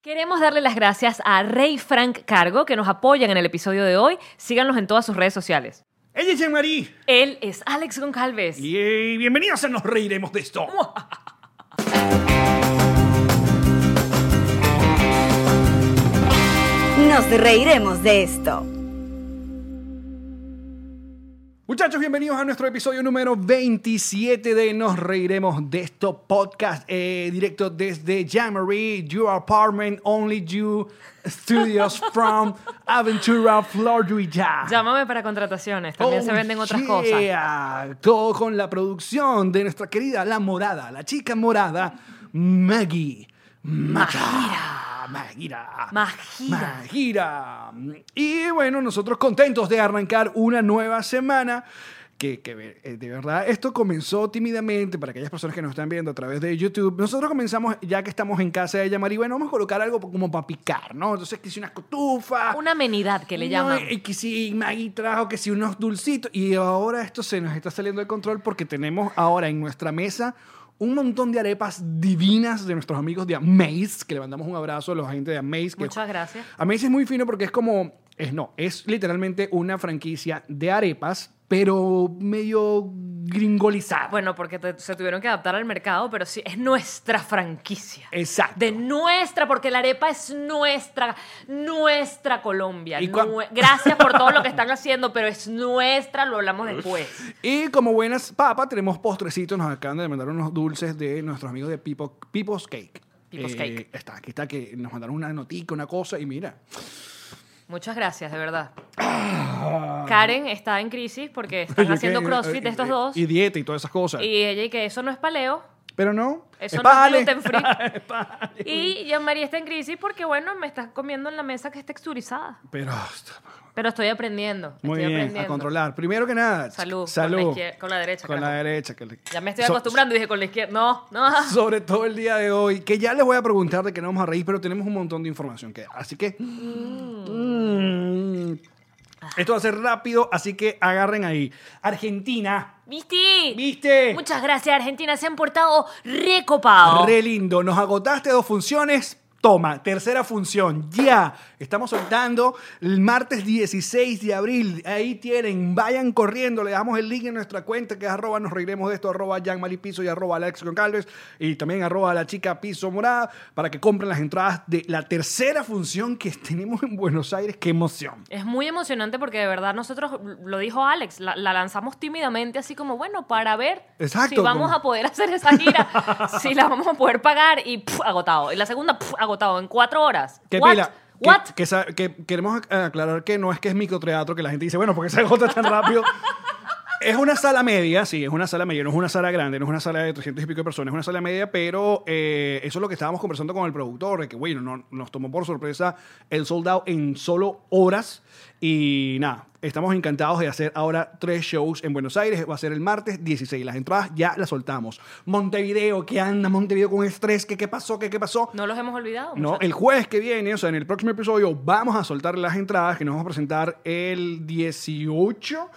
Queremos darle las gracias a Rey Frank Cargo, que nos apoyan en el episodio de hoy. Síganos en todas sus redes sociales. Ella es Jean-Marie. Él es Alex Goncalves. Y eh, bienvenidos a Nos Reiremos de Esto. Nos reiremos de esto. Muchachos, bienvenidos a nuestro episodio número 27 de Nos Reiremos de Esto podcast, eh, directo desde Jammery, Your Apartment, Only You Studios from Aventura, Florida. Llámame para contrataciones. También se Oh, venden otras cosas. yeah. Todo con la producción de nuestra querida La Morada, la chica morada, Maggie. Magira. Magira. Magira. Magira. Y bueno, nosotros contentos de arrancar una nueva semana. Que, que, eh, de verdad, esto comenzó tímidamente para aquellas personas que nos están viendo a través de YouTube. Nosotros comenzamos, ya que estamos en casa de Yamari, bueno, vamos a colocar algo como para picar, ¿no? Entonces, que si unas cotufas, Una amenidad que le no, llaman. Y que si Maggie trajo, que si unos dulcitos. Y ahora esto se nos está saliendo de control porque tenemos ahora en nuestra mesa un montón de arepas divinas de nuestros amigos de Amaze, que le mandamos un abrazo a la gente de Amaze. que- Muchas gracias. Amaze es muy fino porque es como, es no, es literalmente una franquicia de arepas, pero medio gringolizada. Bueno, porque te- se tuvieron que adaptar al mercado, pero sí, es nuestra franquicia. Exacto. De nuestra, porque la arepa es nuestra, nuestra Colombia. Y cua- Nue- Gracias por todo lo que están haciendo, pero es nuestra, lo hablamos después. Y como buenas papas, tenemos postrecitos. Nos acaban de mandar unos dulces de nuestros amigos de Pipo, Pipo's Cake. Eh, Pipo's Cake. Está, aquí está, que nos mandaron una notica, una cosa, y mira. Muchas gracias, de verdad. Karen está en crisis porque están Ah. Yo haciendo que- crossfit eh, estos eh, dos. Y dieta y todas esas cosas. Y ella y que eso no es paleo, Pero no. eso es no es pale. gluten free. y Jean María está en crisis porque, bueno, me estás comiendo en la mesa que es texturizada. Pero Pero estoy aprendiendo. muy estoy bien, a aprendiendo. controlar. Primero que nada, Salud, con salud. la izquier- con la derecha, Con la carajo. derecha. que le- Ya me estoy So- acostumbrando y dije con la izquierda. No, no. Sobre todo el día de hoy, que ya les voy a preguntar de qué nos vamos a reír, pero tenemos un montón de información que Así que. Mm. Esto va a ser rápido, así que agarren ahí. Argentina, ¿Viste? ¿viste? Muchas gracias, Argentina. Se han portado recopado. Re lindo. Nos agotaste dos funciones. Toma, tercera función, ya. Estamos soltando el martes 16 de abril. Ahí tienen, vayan corriendo. Le damos el link en nuestra cuenta que es arroba nos reiremos de esto, arroba Jan Piso y arroba Alex Goncalves y también arroba la chica Piso Morada para que compren las entradas de la tercera función que tenemos en Buenos Aires. ¡Qué emoción! Es muy emocionante porque de verdad nosotros, lo dijo Alex, la, la lanzamos tímidamente así como, bueno, para ver Exacto, si vamos como- a poder hacer esa gira, si la vamos a poder pagar y pf, agotado. Y la segunda, pf, agotado en cuatro horas. ¿Qué What? pila? Que- What? Que, sa- que queremos ac- aclarar que no es que es microteatro, que la gente dice, bueno, porque se agota tan rápido. Es una sala media, sí, es una sala media, no es una sala grande, no es una sala de 300 y pico de personas, es una sala media, pero eh, eso es lo que estábamos conversando con el productor, de que bueno, no- nos tomó por sorpresa el soldado en solo horas y nada, estamos encantados de hacer ahora tres shows en Buenos Aires, va a ser el martes 16, las entradas ya las soltamos. Montevideo, ¿qué anda Montevideo con estrés? ¿Qué, qué pasó? ¿Qué, qué pasó? No los hemos olvidado. No, muchachos. el jueves que viene, o sea, en el próximo episodio, vamos a soltar las entradas que nos vamos a presentar el 18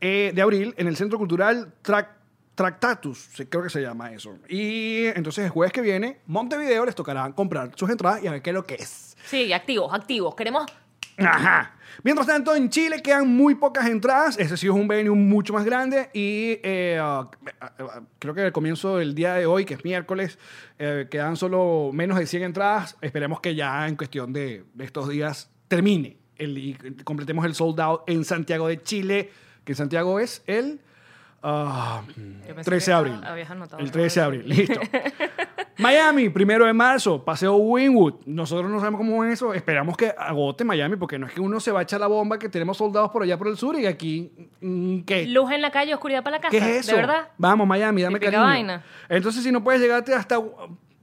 eh, de abril en el Centro Cultural Trac- Tractatus, sí, creo que se llama eso. Y entonces el jueves que viene, Montevideo les tocará comprar sus entradas y a ver qué es lo que es. Sí, activos, activos. Queremos Ajá. Mientras tanto, en Chile quedan muy pocas entradas. Ese sí es un venue mucho más grande. Y eh, ah, ah, ah, creo que al comienzo del día de hoy, que es miércoles, eh, quedan solo menos de 100 entradas. Esperemos que ya en cuestión de, de estos días termine el- y completemos el sold out en Santiago de Chile, que Santiago es el ah, Yo pensé 13 de que abril. habías anotado El algo 13 de de abril, listo. Miami, primero de marzo, paseo Winwood. Nosotros no sabemos cómo es eso. Esperamos que agote Miami, porque no es que uno se va a echar la bomba que tenemos soldados por allá por el sur y aquí, mm, ¿qué? luz en la calle, oscuridad para la casa. ¿Qué es eso? ¿De verdad? Vamos, Miami, dame Típica cariño. vaina. Entonces, si no puedes llegarte hasta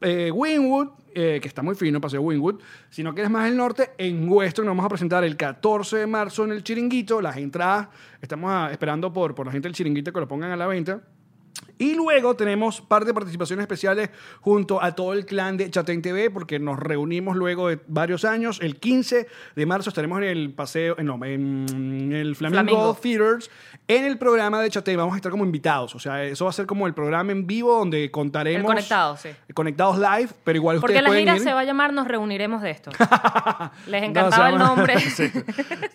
eh, Wynwood, eh, que está muy fino, Paseo Wynwood. Si no quieres más el norte, en Weston nos vamos a presentar el 14 de marzo en el Chiringuito. Las entradas, estamos ah, esperando por, por la gente del Chiringuito que lo pongan a la venta. Y luego tenemos parte de participaciones especiales junto a todo el clan de Chatén TV, porque nos reunimos luego de varios años. El 15 de marzo estaremos en el paseo, eh, no, en el Flamingo, Flamingo. Theaters, en el programa de Chatén. Vamos a estar como invitados. O sea, eso va a ser como el programa en vivo donde contaremos. El conectado, sí. Conectados live, pero igual Porque ustedes la pueden gira ir. se va a llamar Nos reuniremos de esto. Les No, encantaba se el llama- nombre. Sí.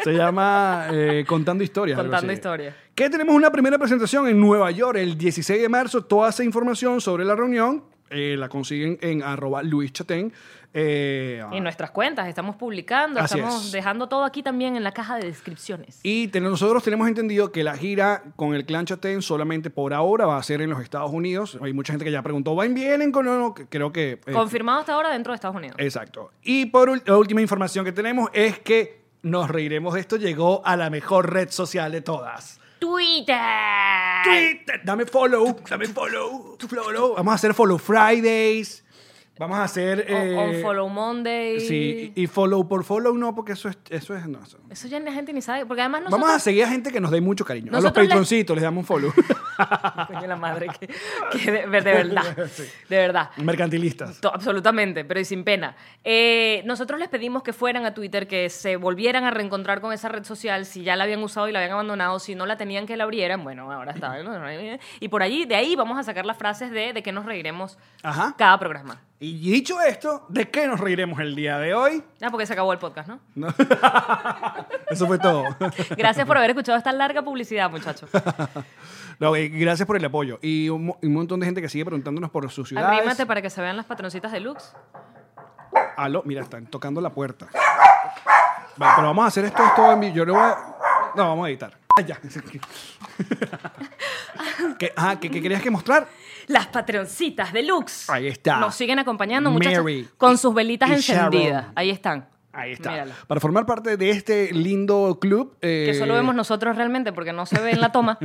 se llama eh, Contando Historias. algo Contando así. Historias. Que tenemos una primera presentación en Nueva York el 16 de marzo. Toda esa información sobre la reunión eh, la consiguen en arroba Luis Chatén. Eh, Y nuestras cuentas, estamos publicando, Así estamos es. dejando todo aquí también en la caja de descripciones. y ten- nosotros tenemos entendido que la gira con el clan Chatén solamente por ahora va a ser en los Estados Unidos. Hay mucha gente que ya preguntó, ¿van vienen con o no? Creo que... eh, Confirmado hasta ahora dentro de Estados Unidos. Exacto. Y por ul- la última información que tenemos es que nos reiremos de esto, llegó a la mejor red social de todas. Twitter. Twitter. Dame follow, dame follow, follow. Vamos a hacer follow Fridays. Vamos a hacer. O- eh, o follow Monday. Sí, y y follow por follow no, porque eso es. Eso es no, eso- Eso ya la gente ni sabe, porque además nosotros... Vamos a seguir a gente que nos dé mucho cariño. A los Nosotros les- patroncitos les damos un follow. Coño de la madre, que, que de, de verdad, de verdad. Mercantilistas. To- absolutamente, pero y sin pena. Eh, nosotros les pedimos que fueran a Twitter, que se volvieran a reencontrar con esa red social, si ya la habían usado y la habían abandonado, si no la tenían que la abrieran, bueno, ahora está. ¿no? Y por allí, de ahí vamos a sacar las frases de, de que nos reiremos Ajá. cada programa. Y dicho esto, ¿de qué nos reiremos el día de hoy? Ah, porque se acabó el podcast, ¿no? No. Eso fue todo. Gracias por haber escuchado esta larga publicidad, muchachos. No, y gracias por el apoyo. Y un, mo- un montón de gente que sigue preguntándonos por sus ciudades. Arrímate para que se vean las patroncitas de Lux. Aló, mira, están tocando la puerta. Va, pero vamos a hacer esto, esto en vivo. Yo lo voy a... No, vamos a editar. Ah, ya. ¿Qué, ah, ¿qué, qué querías que mostrar? Las patroncitas de Lux. Ahí está. Nos siguen acompañando, Mary muchachos, con sus velitas y encendidas. Sharon. Ahí están. Ahí está. Mírala. Para formar parte de este lindo club. eh, Que solo vemos nosotros realmente porque no se ve en la toma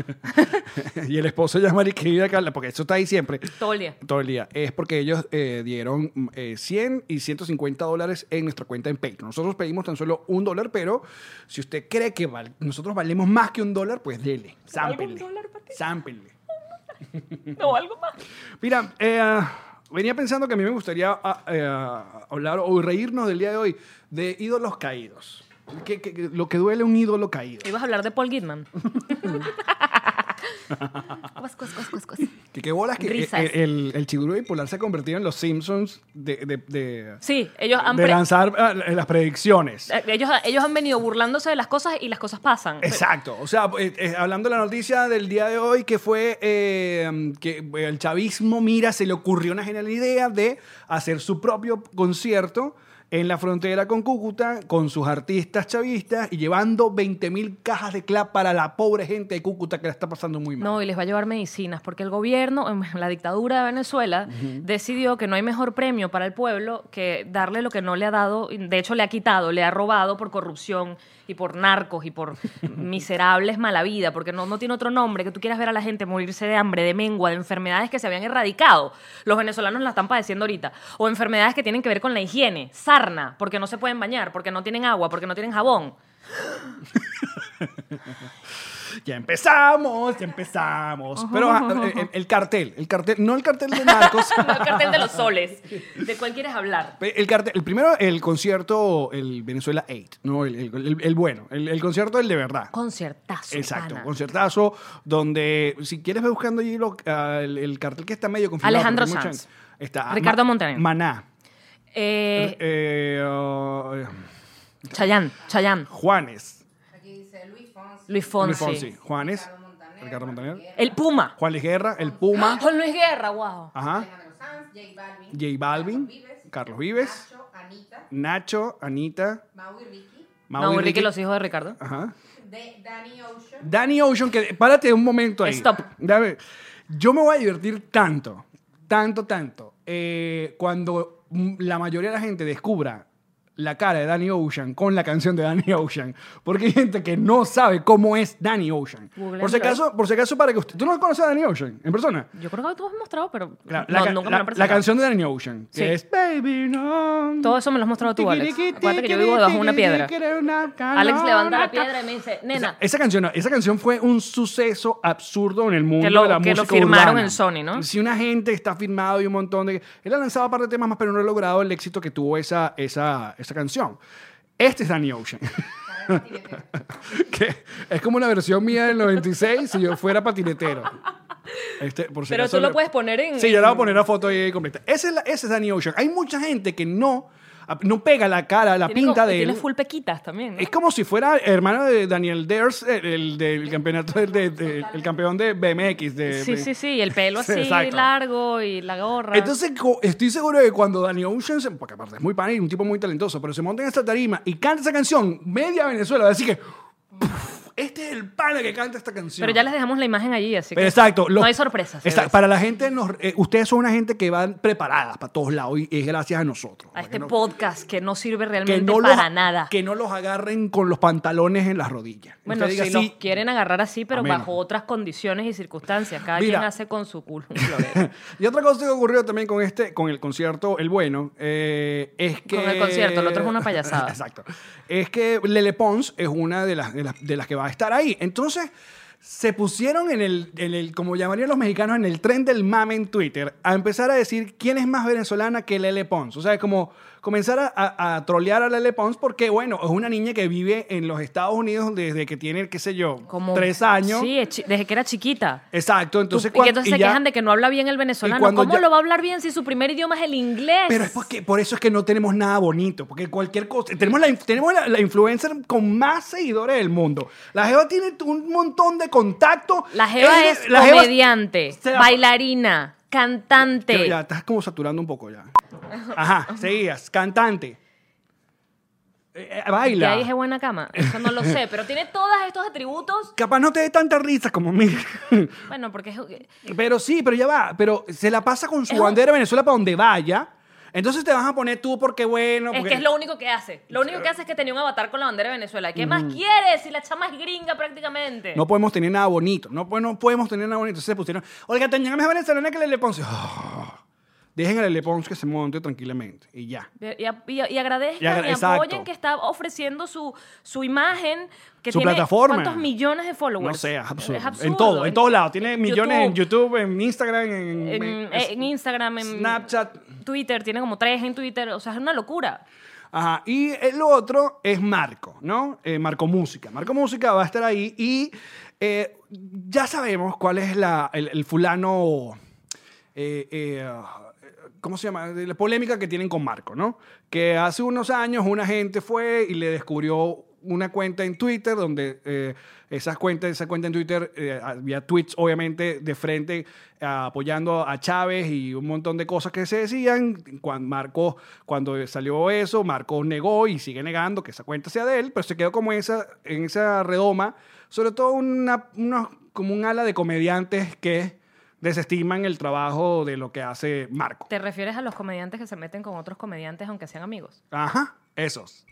Y el esposo llama a querida Carla, porque eso está ahí siempre. todo el día. Todo el día. Es porque ellos eh, dieron mm, eh, 100 y 150 dólares en nuestra cuenta en Patreon. Nosotros pedimos tan solo un dólar, pero si usted cree que val- nosotros valemos más que un dólar, pues dele. Sámpele. dólar para ti? Sámpele. No, algo más. Mira, eh, venía pensando que a mí me gustaría ah, eh, hablar o reírnos del día de hoy de ídolos caídos. Que- que- que- lo que duele un ídolo caído. Ibas a hablar de Paul Goodman. Cos, cos, cos, cos, cos. Que qué bolas que Risas. eh, el, el chigurú bipolar se ha convertido en los Simpsons de, de- de- Sí, ellos han, de pre- lanzar ah, las predicciones. eh, ellos, ellos han venido burlándose de las cosas y las cosas pasan. Exacto. O sea, eh, eh, hablando de la noticia del día de hoy, que fue eh, que el chavismo, mira, se le ocurrió una genial idea de hacer su propio concierto en la frontera con Cúcuta, con sus artistas chavistas y llevando 20.000 cajas de clap para la pobre gente de Cúcuta que la está pasando muy mal. No, y les va a llevar medicinas, porque el gobierno, em, la dictadura de Venezuela, decidió que no hay mejor premio para el pueblo que darle lo que no le ha dado, y de hecho le ha quitado, le ha robado por corrupción y por narcos y por miserables mala vida, porque no, no tiene otro nombre que tú quieras ver a la gente morirse de hambre, de mengua, de enfermedades que se habían erradicado. Los venezolanos la están padeciendo ahorita. O enfermedades que tienen que ver con la higiene, sarna, porque no se pueden bañar, porque no tienen agua, porque no tienen jabón. Ya empezamos, ya empezamos. Pero ah, eh, el, el cartel, el cartel, no el cartel de Marcos. No, el cartel de los soles. ¿De cuál quieres hablar? El, cartel- el primero, el concierto, el Venezuela 8, ¿no? El, el- el- el bueno, el, el concierto, el de verdad. Concertazo. Exacto, pana. conciertazo, donde si quieres ve buscando allí lo- ah, el, el cartel que está medio confirmado. Alejandro porque hay mucha- Sanz. Está Ricardo Ma- Montaner. Maná. Eh, Eh, oh, eh, Chayán, Chayán, Juanes. Luis Fonsi. Luis Fonsi. Juanes. Ricardo Montaner. El Puma. Juan Luis Guerra, el Puma. Juan Luis Guerra, wow. Ajá. Sanz, J Balvin, J Balvin. Carlos Vives. Nacho, Anita, Nacho, Anita. Mau y Ricky, Mau y Ricky, Ricky. los hijos de Ricardo. Ajá. de Danny Ocean, Danny Ocean, que párate un momento ahí. Stop. Dame. Yo me voy a divertir tanto, tanto, tanto, eh, cuando mm, la mayoría de la gente descubra la cara de Danny Ocean con la canción de Danny Ocean. Porque hay gente que no sabe cómo es Danny Ocean. Google Por si, Android. acaso, por si acaso, para que usted... ¿Tú no conoces a Danny Ocean en persona? Yo creo que tú has mostrado, pero La, no, la ca- nunca me la- lo han la presentado. canción de Danny Ocean. Que Sí. es Baby No. Todo eso me lo has mostrado tú, Alex. Tiquiriqui, Acuérdate que yo vivo debajo de una piedra. tiquiriqui, una canona. Alex levanta la piedra y me dice, nena, Esa, esa canción, no, esa canción fue un suceso absurdo en el mundo Que lo- de la que lo música firmaron urbana. en Sony, ¿no? Si una gente está firmado y un montón de... Él ha lanzado un par de temas más, pero no ha logrado el éxito que tuvo esa, esa, esa canción. Este es Danny Ocean. que es como una versión mía del 96 si yo fuera patinetero. Este, por si Pero acaso tú lo le- puedes poner en- Sí, yo la voy a poner la foto ahí completa. Ese es, la- ese es Danny Ocean. Hay mucha gente que no, no pega la cara, la tiene pinta como- de él. tiene full pequitas también. ¿no? Es como si fuera hermano de Daniel Ders, el, el del campeonato, el, de- de- el campeón de BMX. De, Sí, sí, sí, y el pelo Sí, así exacto. largo y la gorra. Entonces, co- estoy seguro de que cuando Danny Ocean, se- porque aparte es muy pan y un tipo muy talentoso, pero se monta en esta tarima y canta esa canción, media Venezuela va a decir que "Puf, este es el pana que canta esta canción. pero ya les dejamos la imagen allí, así Pero que exacto. los- no hay sorpresas. Exacto, ¿sabes? para la gente, nos- eh, ustedes son una gente que van preparadas para todos lados y es gracias a nosotros. a para este que no- podcast que no sirve que realmente no los- para nada. Que no los agarren con los pantalones en las rodillas. bueno, Usted si diga, los "Sí, quieren agarrar así, pero Amén. bajo otras condiciones y circunstancias. Cada Mira. quien hace con su culo. un florero. Y otra cosa que ocurrió también con este, con el concierto, el bueno, eh, es que... Con el concierto, el otro es una payasada. Exacto. Es que Lele Pons es una de las, de las, de las que va a estar ahí. Entonces, se pusieron en el, en el, como llamarían los mexicanos, en el tren del mame en Twitter, a empezar a decir quién es más venezolana que Lele Pons. O sea, como comenzar a, a- a trolear a Lele Pons porque, bueno, es una niña que vive en los Estados Unidos desde que tiene, qué sé yo, Como, tres años. Sí, es chi- desde que era chiquita. Exacto, Tú- y entonces que cuan- entonces y se ya- quejan de que no habla bien el venezolano. cuando ¿Cómo ya- lo va a hablar bien si su primer idioma es el inglés? Pero es porque por eso es que no tenemos nada bonito, porque cualquier cosa, tenemos la, inf- tenemos la, la influencer con más seguidores del mundo. La Jeva tiene t- un montón de contactos. La Jeva Él- es la jeva- comediante, se la- bailarina, Creo- cantante. Ya estás como saturando un poco ya. Ajá, seguías, cantante. Eh, eh, baila. Ya dije buena cama. Eso no lo sé, pero tiene todos estos atributos. Capaz no te dé tanta risa como a mí. Bueno, porque es, pero sí, pero ya va. Pero se la pasa con su Es un- bandera de Venezuela para donde vaya. Entonces te vas a poner tú porque bueno. es porque... que es lo único que hace. Lo único que hace es que tenía un avatar con la bandera de Venezuela. ¿Qué más quieres si la chama es gringa prácticamente? No podemos tener nada bonito. No, po- no podemos tener nada bonito. Entonces se pusieron, oiga, tengamos a venezolana que Lele Pons. Ah, dejen a Lele Pons que se monte tranquilamente. Y ya. Y, a- y a- y agradezcan Y y, agra- exacto. apoyen que está ofreciendo su, su imagen, que Su tiene plataforma. cuántos millones de followers. No sé, es absurdo. Es absurdo. En todo, en todos lados. Tiene millones en YouTube, en Instagram, en, en, eh, es- en Instagram, en Snapchat. Twitter, tiene como tres en Twitter, o sea, es una locura. Ajá. Y el otro es Marco, ¿no? Eh, Marco Música. Marco Música va a estar ahí y eh, ya sabemos cuál es la, el, el fulano. eh, eh, ¿Cómo se llama? De La polémica que tienen con Marco, ¿no? Que hace unos años una gente fue y le descubrió una cuenta en Twitter donde eh, esas cuentas, esa cuenta en Twitter eh, había tweets obviamente de frente eh, apoyando a Chávez y un montón de cosas que se decían. Cuando Marco, cuando salió eso, Marco negó y sigue negando que esa cuenta sea de él, pero se quedó como esa, en esa redoma, sobre todo una, unos- como un ala de comediantes que desestiman el trabajo de lo que hace Marco. ¿Te refieres a los comediantes que se meten con otros comediantes aunque sean amigos? Ajá, esos.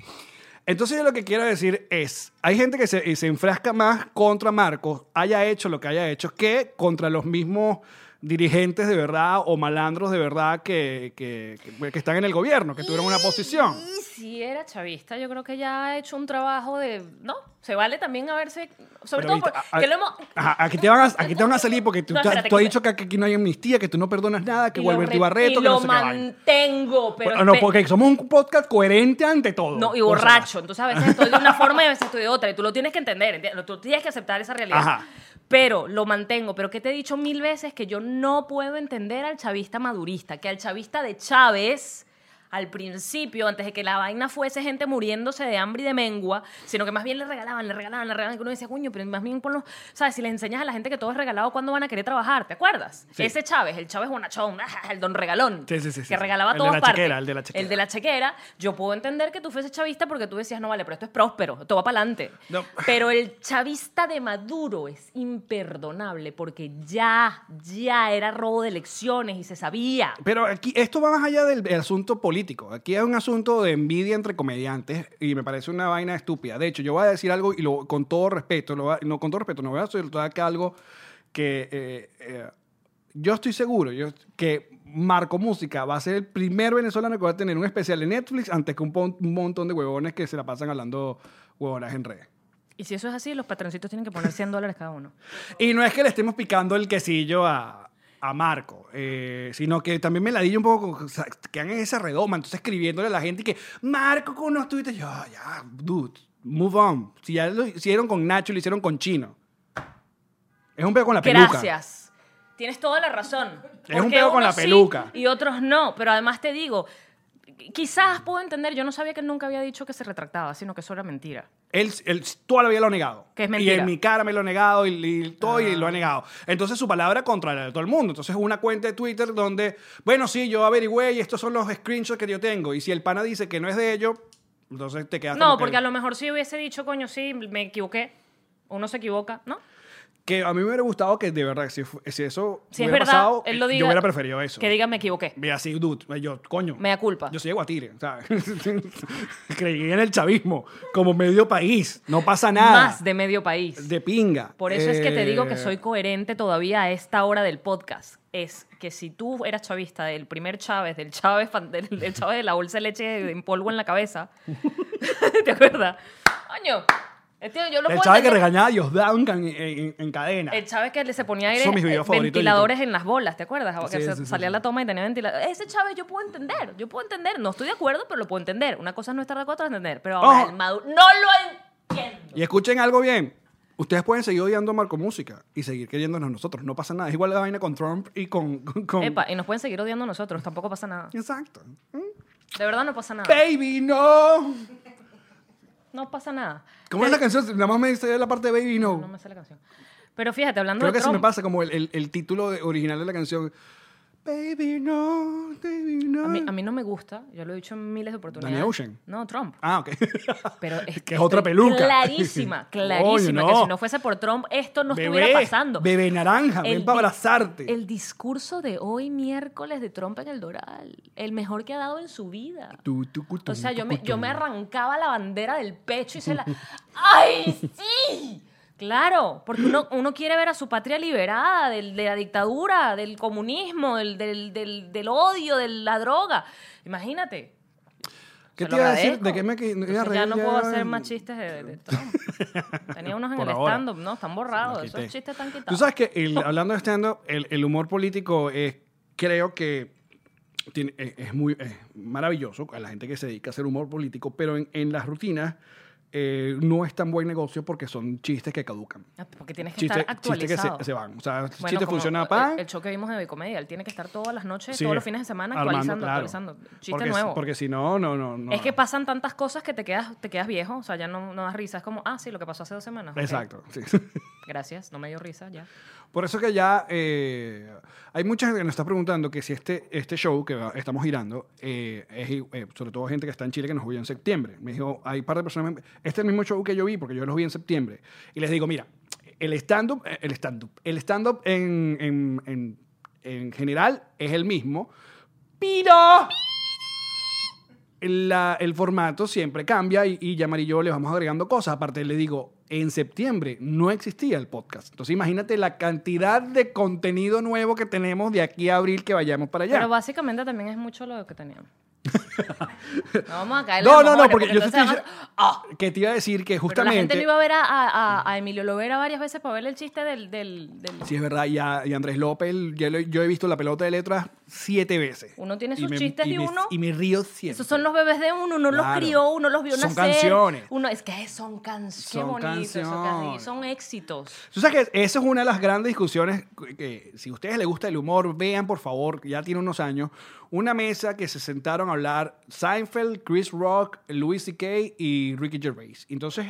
Entonces yo lo que quiero decir es, hay gente que se, se enfrasca más contra Marcos, haya hecho lo que haya hecho, que contra los mismos dirigentes de verdad o malandros de verdad que, que- que- que están en el gobierno, que tuvieron una posición. Y si era chavista, yo creo que ya ha hecho un trabajo de... No, se vale también haberse... Sobre Pero todo viste, porque lo hemos... ajá, aquí, te van a, aquí te van a salir porque tú, No, tú has- espérate, tú has que- dicho que aquí no hay amnistía, que tú no perdonas nada, que y lo Gualberto re- Ibarreto, y que no lo sé qué vaina. mantengo, pero... Bueno, no, espe- porque somos un podcast coherente ante todo. No, y por si borracho. acaso. Entonces a veces estoy de una forma y a veces estoy de otra. Y tú lo tienes que entender, ¿entiendes? tú tienes que aceptar esa realidad. Ajá. Pero lo mantengo. Pero que te he dicho mil veces que yo no puedo entender al chavista madurista, que al chavista de Chávez. Al principio, antes de que la vaina fuese gente muriéndose de hambre y de mengua, sino que más bien le regalaban, le regalaban, le regalaban, que uno decía, coño, pero más bien ponlos, ¿sabes? Si les enseñas a la gente que todo es regalado, ¿cuándo van a querer trabajar? ¿Te acuerdas? Sí. Ese Chávez, el Chávez bonachón, el don regalón, Sí, sí, sí, sí, que sí. regalaba a El de todas la partes. chequera, el de la chequera. El de la chequera, yo puedo entender que tú fueses chavista porque tú decías, no vale, pero esto es próspero, esto va para adelante. No. Pero el chavista de Maduro es imperdonable porque ya, ya era robo de elecciones y se sabía. Pero aquí, esto va más allá del, del asunto político. Aquí es un asunto de envidia entre comediantes y me parece una vaina estúpida. De hecho, yo voy a decir algo y lo, con todo respeto, lo va- no con todo respeto, no voy a soltar acá algo que eh, eh, yo estoy seguro yo, que Marco Música va a ser el primer venezolano que va a tener un especial en Netflix antes que un, pon- un montón de huevones que se la pasan hablando huevonas en redes. Y si eso es así, los patroncitos tienen que poner 100 dólares cada uno. Y no es que le estemos picando el quesillo a, a Marco, eh, sino que también me ladillo un poco, con- o sea, quedan en esa redoma, entonces escribiéndole a la gente que, Marco, con unos tuites, yo, "Ah, ya, dude, move on. Si ya lo hicieron con Nacho, lo hicieron con Chino. Es un pedo con la peluca. Gracias. Tienes toda la razón. Es un Porque pedo con unos la peluca. sí y otros no, pero además te digo, quizás puedo entender, yo no sabía que él nunca había dicho que se retractaba, sino que eso era mentira. Él, él toda la vida lo ha negado. Que es mentira. Ah. Y en mi cara me lo ha negado y, y todo y lo ha negado. Entonces su palabra contra la de todo el mundo. Entonces una cuenta de Twitter donde, bueno, sí, yo averigüé y estos son los screenshots que yo tengo. Y si el pana dice que no es de ellos, entonces te quedas Ah, como No, que- porque a lo mejor si hubiese dicho, coño, sí, me equivoqué. Uno se equivoca, ¿no? Que a mí me hubiera gustado que de verdad, si, fu- si eso Si es hubiera verdad, pasado, eh, él lo diga. yo hubiera preferido eso. Que diga, me equivoqué. Ve así, dude, eh, yo, coño. Mea culpa. Yo soy de Guatire, ¿sabes? Creí en el chavismo como medio país. No pasa nada. Más de medio país. de pinga. Por eso es que te digo que Eh, soy coherente todavía a esta hora del podcast. Es que si tú eras chavista del primer Chávez, del Chávez, fan- del, del Chávez de la bolsa de leche en polvo en la cabeza, ¿te acuerdas? Coño, este, yo lo El puedo chavo que entender. Eh, regañaba a Diosdado en, can- en- en cadena. El Chávez que le se ponía aire, Son mis videos eh, favoritos de ventiladores en las bolas, ¿te acuerdas? Que Sí, se- sí, sí, salía sí. la toma y tenía ventiladores. Ese Chávez yo puedo entender, yo puedo entender. No estoy de acuerdo, pero lo puedo entender. Una cosa es no estar de acuerdo, otra es entender. Pero ahora Ojo. el Maduro... ¡No lo entiendo! Y escuchen algo bien. Ustedes pueden seguir odiando a Marco Música y seguir queriéndonos nosotros. No pasa nada. Es igual la vaina con Trump y con... con- con- Epa, y nos pueden seguir odiando a nosotros, tampoco pasa nada. Exacto. De verdad no pasa nada. Baby, no. No pasa nada. ¿Cómo es la canción? Nada más me dice la parte de Baby, no. No me sale la canción. Pero fíjate, hablando Creo de que se me Trump, pasa como el, el- el título de- original de la canción. Baby, no. Baby, no. a mí, a mí no me gusta, yo lo he dicho en miles de oportunidades. Danny Ocean. No, Trump. Ah, ok. Pero es que es otra peluca. Clarísima, clarísima, Coño, que no. si no fuese por Trump, esto no bebé, estuviera pasando. bebé naranja, El ven di- para abrazarte. El discurso de hoy miércoles de Trump en el Doral, el mejor que ha dado en su vida. Tu, tu, cu, tu, O sea, yo tu, me, cu, yo tu. me arrancaba la bandera del pecho y se la... ¡Ay, sí! Claro, porque uno, uno quiere ver a su patria liberada del- de la dictadura, del comunismo, del, del, del- del odio, de la droga. Imagínate. Se ¿Qué te lo iba a decir? agradezco. ¿De qué me que- me iba a Entonces ya reír no puedo ya? hacer más chistes de, de Trump. Tenía unos en Por el ahora. stand-up, ¿no? Están borrados. Los Esos quité. chistes están quitados. Tú sabes que, el- hablando de stand-up, el, el humor político es, creo que tiene- es, es muy es maravilloso a la gente que se dedica a hacer humor político, pero en, en las rutinas eh, no es tan buen negocio porque son chistes que caducan. Ah, Porque tienes que Chistes estar chistes que se, actualizado. se van. O sea, Bueno, chistes como funcionan el- para... El, show que vimos de Bicomedia, él tiene que estar todas las noches, Sí, todos los fines de semana armando, actualizando, claro. actualizando. Chiste porque, nuevo. Porque si no, no, no. no. Es que pasan tantas cosas que te quedas, te quedas viejo, o sea, ya no, no das risa. Es como, ah, sí, lo que pasó hace dos semanas. ok. Exacto. sí. Gracias, no me dio risa ya. Por eso que ya eh, hay mucha gente que nos está preguntando que si este, este show que va- estamos girando, eh, es i- eh, sobre todo gente que está en Chile que nos vio en septiembre. Me dijo, hay un par de personas, me- este es el mismo show que yo vi porque yo los vi en septiembre. Y les digo, mira, el stand-up, eh, el stand-up, el stand-up en, en- en- en general es el mismo, pero... la- el formato siempre cambia y, y Yamar y yo le vamos agregando cosas. Aparte, le digo, en septiembre no existía el podcast. Entonces, imagínate la cantidad de contenido nuevo que tenemos de aquí a abril que vayamos para allá. Pero básicamente también es mucho lo que teníamos. no vamos a caer en no, los no, no, mojones, porque yo te entonces estoy vamos- diciendo ah, que te iba a decir que Pero la gente justamente. no iba a ver a, a- a- a Emilio Lovera varias veces para ver el chiste del... del, del- Sí, es verdad, y, a- y Andrés López, ya lo- yo he visto la pelota de letras siete veces. Uno tiene Y sus me- chistes y de me- uno. Y me río siempre. Esos son los bebés de uno, uno los Claro. crió, uno los vio Son nacer. canciones. Uno, es que son canciones. Son canciones. Son éxitos. Tú sabes que esa es una de las grandes discusiones que, que si a ustedes les gusta el humor, vean por favor, ya tiene unos años, una mesa que se sentaron a hablar Seinfeld, Chris Rock, Louis C.K. y Ricky Gervais. Entonces,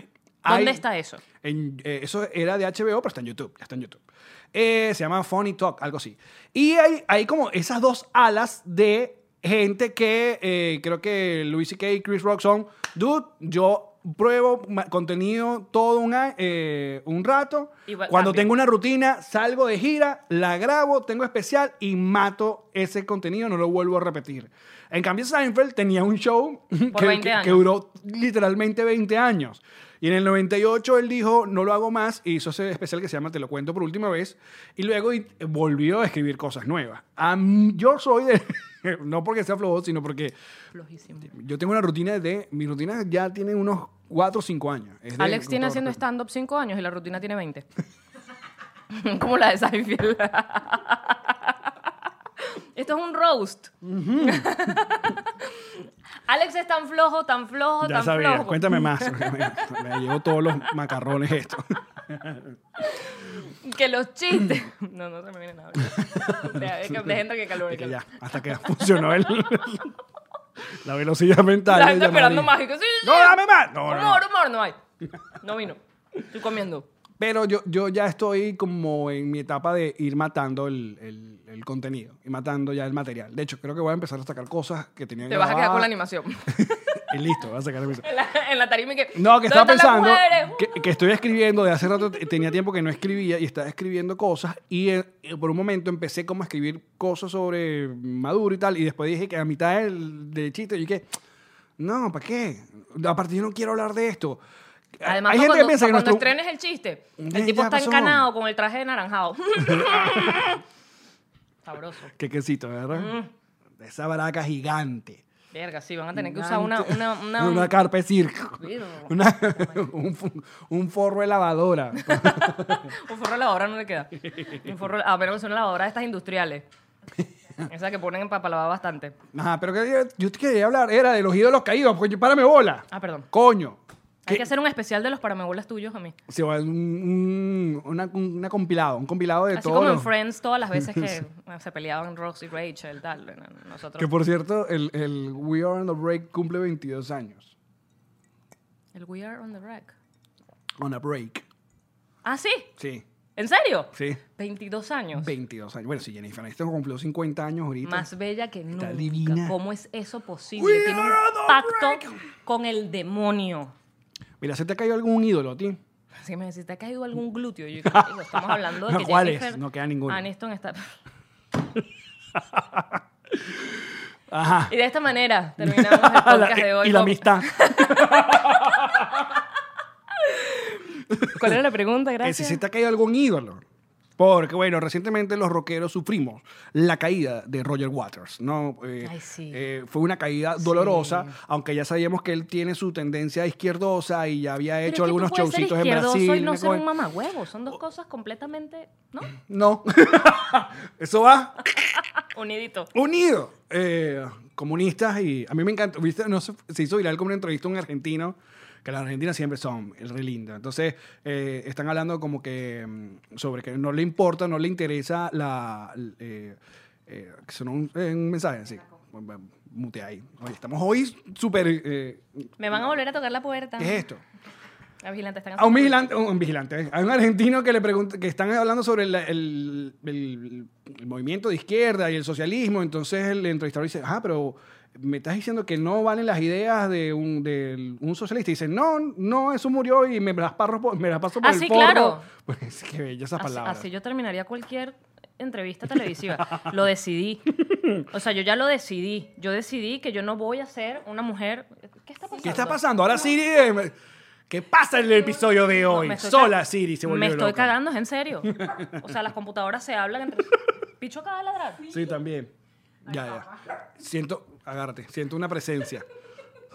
¿Dónde hay- está eso? en- eh, eso era de HBO, pero está en YouTube. Ya está en YouTube. Eh, se llama Funny Talk, algo así. Y hay, hay como esas dos alas de gente que eh, creo que Luis C.K. y Chris Rock son, dude, yo pruebo ma- contenido todo un, a- eh, un rato. Y va- Cuando cambia. tengo una rutina, salgo de gira, la grabo, tengo especial y mato ese contenido, no lo vuelvo a repetir. En cambio, Seinfeld tenía un show que, 20 que- que años. duró literalmente 20 años. Y en el 98 él dijo, no lo hago más, y hizo ese especial que se llama Te lo cuento por última vez, y luego y- volvió a escribir cosas nuevas. A mí- yo soy de... No porque sea flojo, sino porque Flojísimo. yo tengo una rutina de... Mi rutina ya tiene unos 4 o 5 años. Es de- Alex con tiene todo haciendo respeto. stand-up 5 años y la rutina tiene 20. Como la de Seinfeld. Esto es un roast. Alex es tan flojo, tan flojo, Ya tan sabía, flojo. cuéntame más. Me llevo todos los macarrones esto. Que los chistes. No, no se me viene nada. O sea, es que dejen que calor. Y que que calor. ya, hasta que funcionó el, la velocidad mental. La de gente esperando Yamari. mágico. Sí, sí, ¡No, sí. dame más! No, no, no. Humor, humor, no hay. No vino. Estoy comiendo. Pero yo, yo ya estoy como en mi etapa de ir matando el, el- el contenido y matando ya el material. De hecho, creo que voy a empezar a sacar cosas que tenía Te vas a quedar con la grabadas. animación. Y listo, voy a sacar el- En la, en la tarima y que. No, que ¿dónde estaba están las pensando mujeres? que, que estoy escribiendo, de hace rato t- tenía tiempo que no escribía y estaba escribiendo cosas y eh, por un momento empecé como a escribir cosas sobre Maduro y tal y después dije que a mitad del, del chiste yo dije, no, ¿para qué? Aparte yo no quiero hablar de esto. Uh. Además, Hay pa' gente cuando, que piensa pa' que cuando nuestro- estrenes el chiste, Ya- el tipo ya está pasó. encanado con el traje de naranjado. Sabroso. Qué quesito, ¿verdad? De Mm. Esa baraca gigante. Verga, sí, van a tener que usar una. una, una- Una carpa de circo. Virgo. Una- un, fu- un forro de lavadora. Un forro de lavadora no le queda. Un forro, ah, a menos que sea una lavadora de estas industriales. Esas que ponen para lavar bastante. Ajá, pero que yo- yo te quería hablar, era de los ídolos caídos, porque párame bola. Ah, perdón. Coño. Hay ¿Qué? que hacer un especial de los paramebolas tuyos a mí. Sí, o un, un- una, una compilado, un compilado de Así todo. como en Friends, todas las veces que eh, se peleaban Ross y Rachel, tal. eh, Que Nosotros. por cierto, el, el We Are on the Break cumple 22 años. El We Are on the Rack. On a break. Ah, sí. Sí, ¿En serio? sí. 22 años. 22 años. Bueno, si Jennifer Aniston cumplió 50 años ahorita. Más bella que nunca. divina. ¿Cómo es eso posible? We Tiene un are the pacto con el demonio. Mira, ¿se te ha caído algún ídolo a ti? Así me decís, ¿te ha caído algún glúteo? Yo, digo, estamos hablando de que ¿Cuáles? Jennifer No queda ninguno. Aniston está... Ajá. Y de esta manera terminamos el podcast de hoy. y la con- amistad. ¿Cuál era la pregunta? Que si Gracias. se te ha caído algún ídolo. Porque, bueno, recientemente los rockeros sufrimos la caída de Roger Waters, ¿no? Eh, Ay, sí. eh, fue una caída dolorosa, aunque ya sabíamos que él tiene su tendencia izquierdosa y ya había Pero es hecho que tú algunos puedes ser showcitos en izquierdoso Brasil. y no una ser un cosa- mamagüevo. Son dos cosas completamente... ¿No? No. Eso va Unidito. unido. Eh, comunistas y... A mí me encanta. ¿Viste? No, sé, se hizo viral como una entrevista a un argentino, que los argentinos siempre son el re lindo. Entonces, eh, están hablando como que mm, sobre que no le importa, no le interesa la... eh, eh, que sonó un, eh, un mensaje así. Bueno, bueno, Mutea ahí. Oye, estamos hoy súper... eh, Me van a volver a tocar la puerta. ¿Qué es esto? La vigilante están A un haciendo- vigilante, un vigilante, ¿eh? a un argentino que le pregunta, que están hablando sobre la- el, el- el movimiento de izquierda y el socialismo, entonces el entrevistador dice, ah, pero me estás diciendo que no valen las ideas de un, de un socialista. Y dice, no, no, eso murió y me las, parro por- me las paso por Ah, el sí, forro". claro. Pues qué bella esa Así, palabra. así yo terminaría cualquier entrevista televisiva. lo decidí. O sea, yo ya lo decidí. Yo decidí que yo no voy a ser una mujer. ¿Qué está pasando? ¿Qué está pasando? Ahora Siri, eh, ¿qué pasa en el episodio de No, hoy? me estoy Sola ca- Siri se volvió Me estoy loca. cagando, es en serio. O sea, las computadoras se hablan entre. Picho acaba de ladrar. Sí, también. Ya, ya. Siento, agárrate, siento una presencia.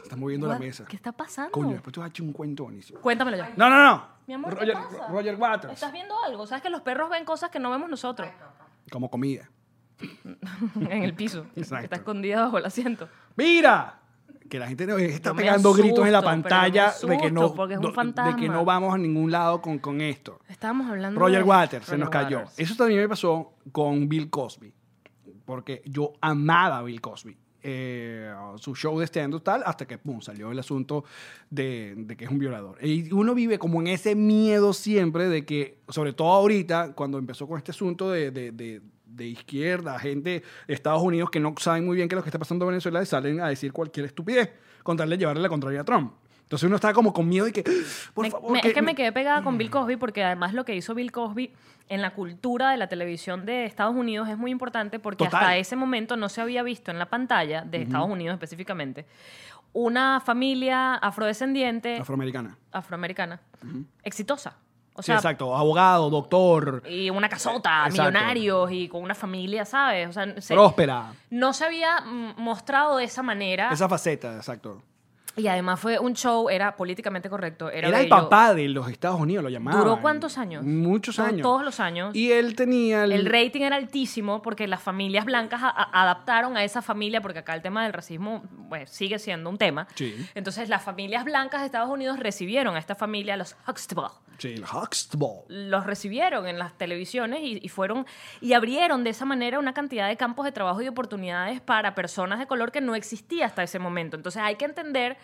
Estás moviendo la What? mesa. ¿Qué está pasando? Coño, después tú vas a echar un cuento buenísimo. Cuéntamelo ya. No, no, no. Mi amor, ¿qué Roger, pasa? Roger Waters. ¿Estás viendo algo? ¿Sabes que los perros ven cosas que no vemos nosotros? Como comida. en el piso. Exacto. Que está escondida bajo el asiento. ¡Mira! Que la gente no- está Yo me pegando gritos en la asusto, pero pantalla yo me de que no asusto porque es un do- de que fantasma. no vamos a ningún lado con, con esto. Estábamos hablando. Roger de- Waters se Mm, Roger nos cayó. Waters. Eso también me pasó con Bill Cosby. Porque yo amaba a Bill Cosby. Eh, su show de stand-up tal, hasta que pum, salió el asunto de, de que es un violador. Y uno vive como en ese miedo siempre de que, sobre todo ahorita, cuando empezó con este asunto de, de- de- de izquierda, gente de Estados Unidos que no saben muy bien qué es lo que está pasando en Venezuela y salen a decir cualquier estupidez, con tal de llevarle la contraria a Trump. Entonces uno está como con miedo y que, "Ah, por Me- favor. me- es que me quedé pegada con Bill Cosby porque además lo que hizo Bill Cosby en la cultura de la televisión de Estados Unidos es muy importante porque Total. hasta ese momento no se había visto en la pantalla de Estados Unidos específicamente una familia afrodescendiente Afroamericana. afroamericana exitosa. O Sí, sea, exacto. Abogado, doctor, y una casota, Exacto. millonarios y con una familia, ¿sabes? O sea, se- próspera. no se había mm, mostrado de esa manera. Esa faceta, exacto. Y además fue un show, era políticamente correcto. Era, Era, el bello. papá de los Estados Unidos, lo llamaban. ¿Duró cuántos años? Muchos Duró años. Todos los años. Y él tenía el, el rating era altísimo porque las familias blancas a- a- adaptaron a esa familia, porque acá el tema del racismo pues, sigue siendo un tema. Sí. Entonces las familias blancas de Estados Unidos recibieron a esta familia, los Huxtable. Sí, el Huxtable. Los recibieron en las televisiones y, y fueron y abrieron de esa manera una cantidad de campos de trabajo y de oportunidades para personas de color que no existía hasta ese momento. Entonces hay que entender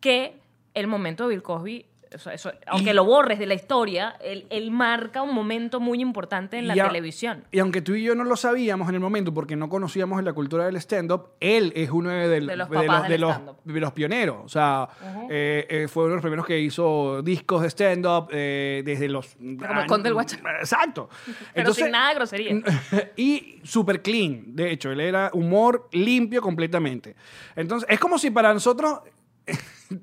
que el momento de Bill Cosby, eso- eso- aunque lo borres de la historia, él, él marca un momento muy importante en la Y a- televisión. Y aunque tú y yo no lo sabíamos en el momento porque no conocíamos la cultura del stand-up, él es uno de, del- De los papás del de los- stand-up. de los pioneros. O sea, eh, eh, fue uno de los primeros que hizo discos de stand-up eh, desde los... Como el Conde del Guacho. Exacto. Pero sin nada de grosería. y súper clean, de hecho. Él era humor limpio completamente. Entonces, es como si para nosotros...